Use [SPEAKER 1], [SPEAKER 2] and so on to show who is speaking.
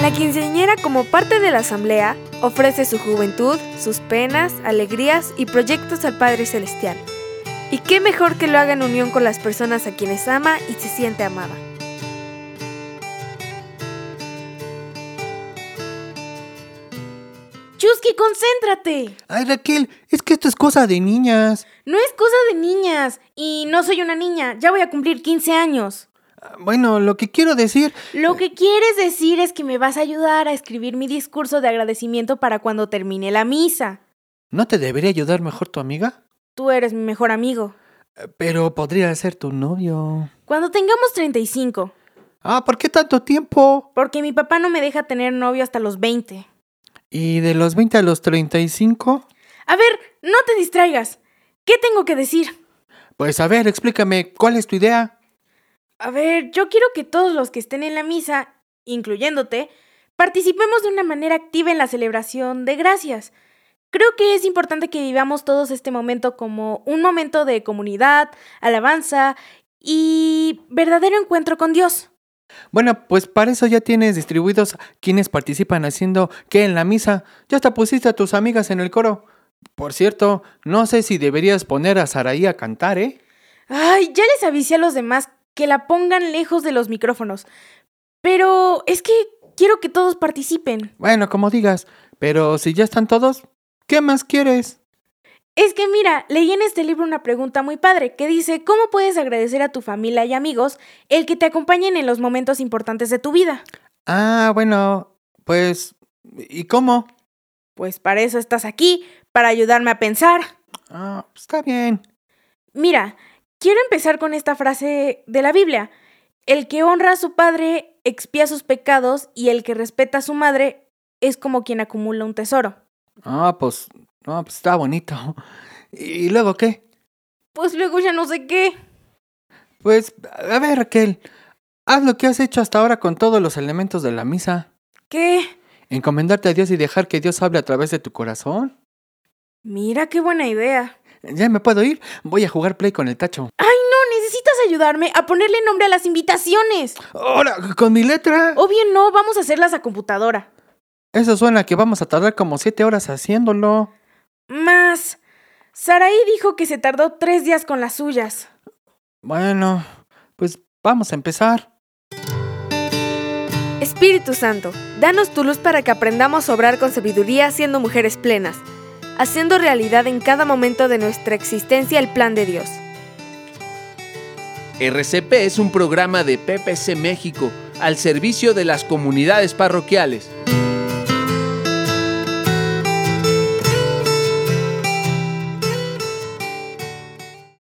[SPEAKER 1] La quinceañera como parte de la asamblea ofrece su juventud, sus penas, alegrías y proyectos al Padre Celestial. Y qué mejor que lo haga en unión con las personas a quienes ama y se siente amada.
[SPEAKER 2] Chusky, concéntrate.
[SPEAKER 3] Ay, Raquel, es que esto es cosa de niñas.
[SPEAKER 2] No es cosa de niñas. Y no soy una niña. Ya voy a cumplir 15 años.
[SPEAKER 3] Ah, Bueno, lo que quiero decir...
[SPEAKER 2] Lo que quieres decir es que me vas a ayudar a escribir mi discurso de agradecimiento para cuando termine la misa.
[SPEAKER 3] ¿No te debería ayudar mejor tu amiga?
[SPEAKER 2] Tú eres mi mejor amigo.
[SPEAKER 3] Eh, Pero podría ser tu novio.
[SPEAKER 2] Cuando tengamos 35.
[SPEAKER 3] Ah, ¿por qué tanto tiempo?
[SPEAKER 2] Porque mi papá no me deja tener novio hasta los 20.
[SPEAKER 3] ¿Y de los 20 a los 35?
[SPEAKER 2] A ver, no te distraigas. ¿Qué tengo que decir?
[SPEAKER 3] Pues a ver, explícame, ¿cuál es tu idea?
[SPEAKER 2] A ver, yo quiero que todos los que estén en la misa, incluyéndote, participemos de una manera activa en la celebración de gracias. Creo que es importante que vivamos todos este momento como un momento de comunidad, alabanza y verdadero encuentro con Dios.
[SPEAKER 3] Bueno, pues para eso ya tienes distribuidos quienes participan haciendo qué en la misa. Ya hasta pusiste a tus amigas en el coro. Por cierto, no sé si deberías poner a Saraí a cantar, ¿eh?
[SPEAKER 2] Ay, ya les avisé a los demás que la pongan lejos de los micrófonos. Pero es que quiero que todos participen.
[SPEAKER 3] Bueno, como digas, pero si ya están todos, ¿qué más quieres?
[SPEAKER 2] Es que mira, leí en este libro una pregunta muy padre que dice, ¿cómo puedes agradecer a tu familia y amigos el que te acompañen en los momentos importantes de tu vida?
[SPEAKER 3] Ah, bueno, pues... ¿Y cómo?
[SPEAKER 2] Pues para eso estás aquí, para ayudarme a pensar.
[SPEAKER 3] Ah, está bien.
[SPEAKER 2] Mira, quiero empezar con esta frase de la Biblia. El que honra a su padre expía sus pecados y el que respeta a su madre es como quien acumula un tesoro.
[SPEAKER 3] Ah, pues... Ah, pues está bonito. ¿Y luego qué?
[SPEAKER 2] Pues luego ya no sé qué.
[SPEAKER 3] Pues, a ver, Raquel, haz lo que has hecho hasta ahora con todos los elementos de la misa.
[SPEAKER 2] ¿Qué?
[SPEAKER 3] Encomendarte a Dios y dejar que Dios hable a través de tu corazón.
[SPEAKER 2] Mira qué buena idea.
[SPEAKER 3] Ya me puedo ir, voy a jugar play con el tacho.
[SPEAKER 2] No, necesitas ayudarme a ponerle nombre a las invitaciones.
[SPEAKER 3] ¡Ahora! ¿Con mi letra?
[SPEAKER 2] O bien no, vamos a hacerlas a computadora.
[SPEAKER 3] Eso suena que vamos a tardar como siete horas haciéndolo.
[SPEAKER 2] Más. Saraí dijo que se tardó tres días con las suyas.
[SPEAKER 3] Bueno, pues vamos a empezar.
[SPEAKER 1] Espíritu Santo, danos tu luz para que aprendamos a obrar con sabiduría siendo mujeres plenas, haciendo realidad en cada momento de nuestra existencia el plan de Dios.
[SPEAKER 4] RCP es un programa de PPC México al servicio de las comunidades parroquiales.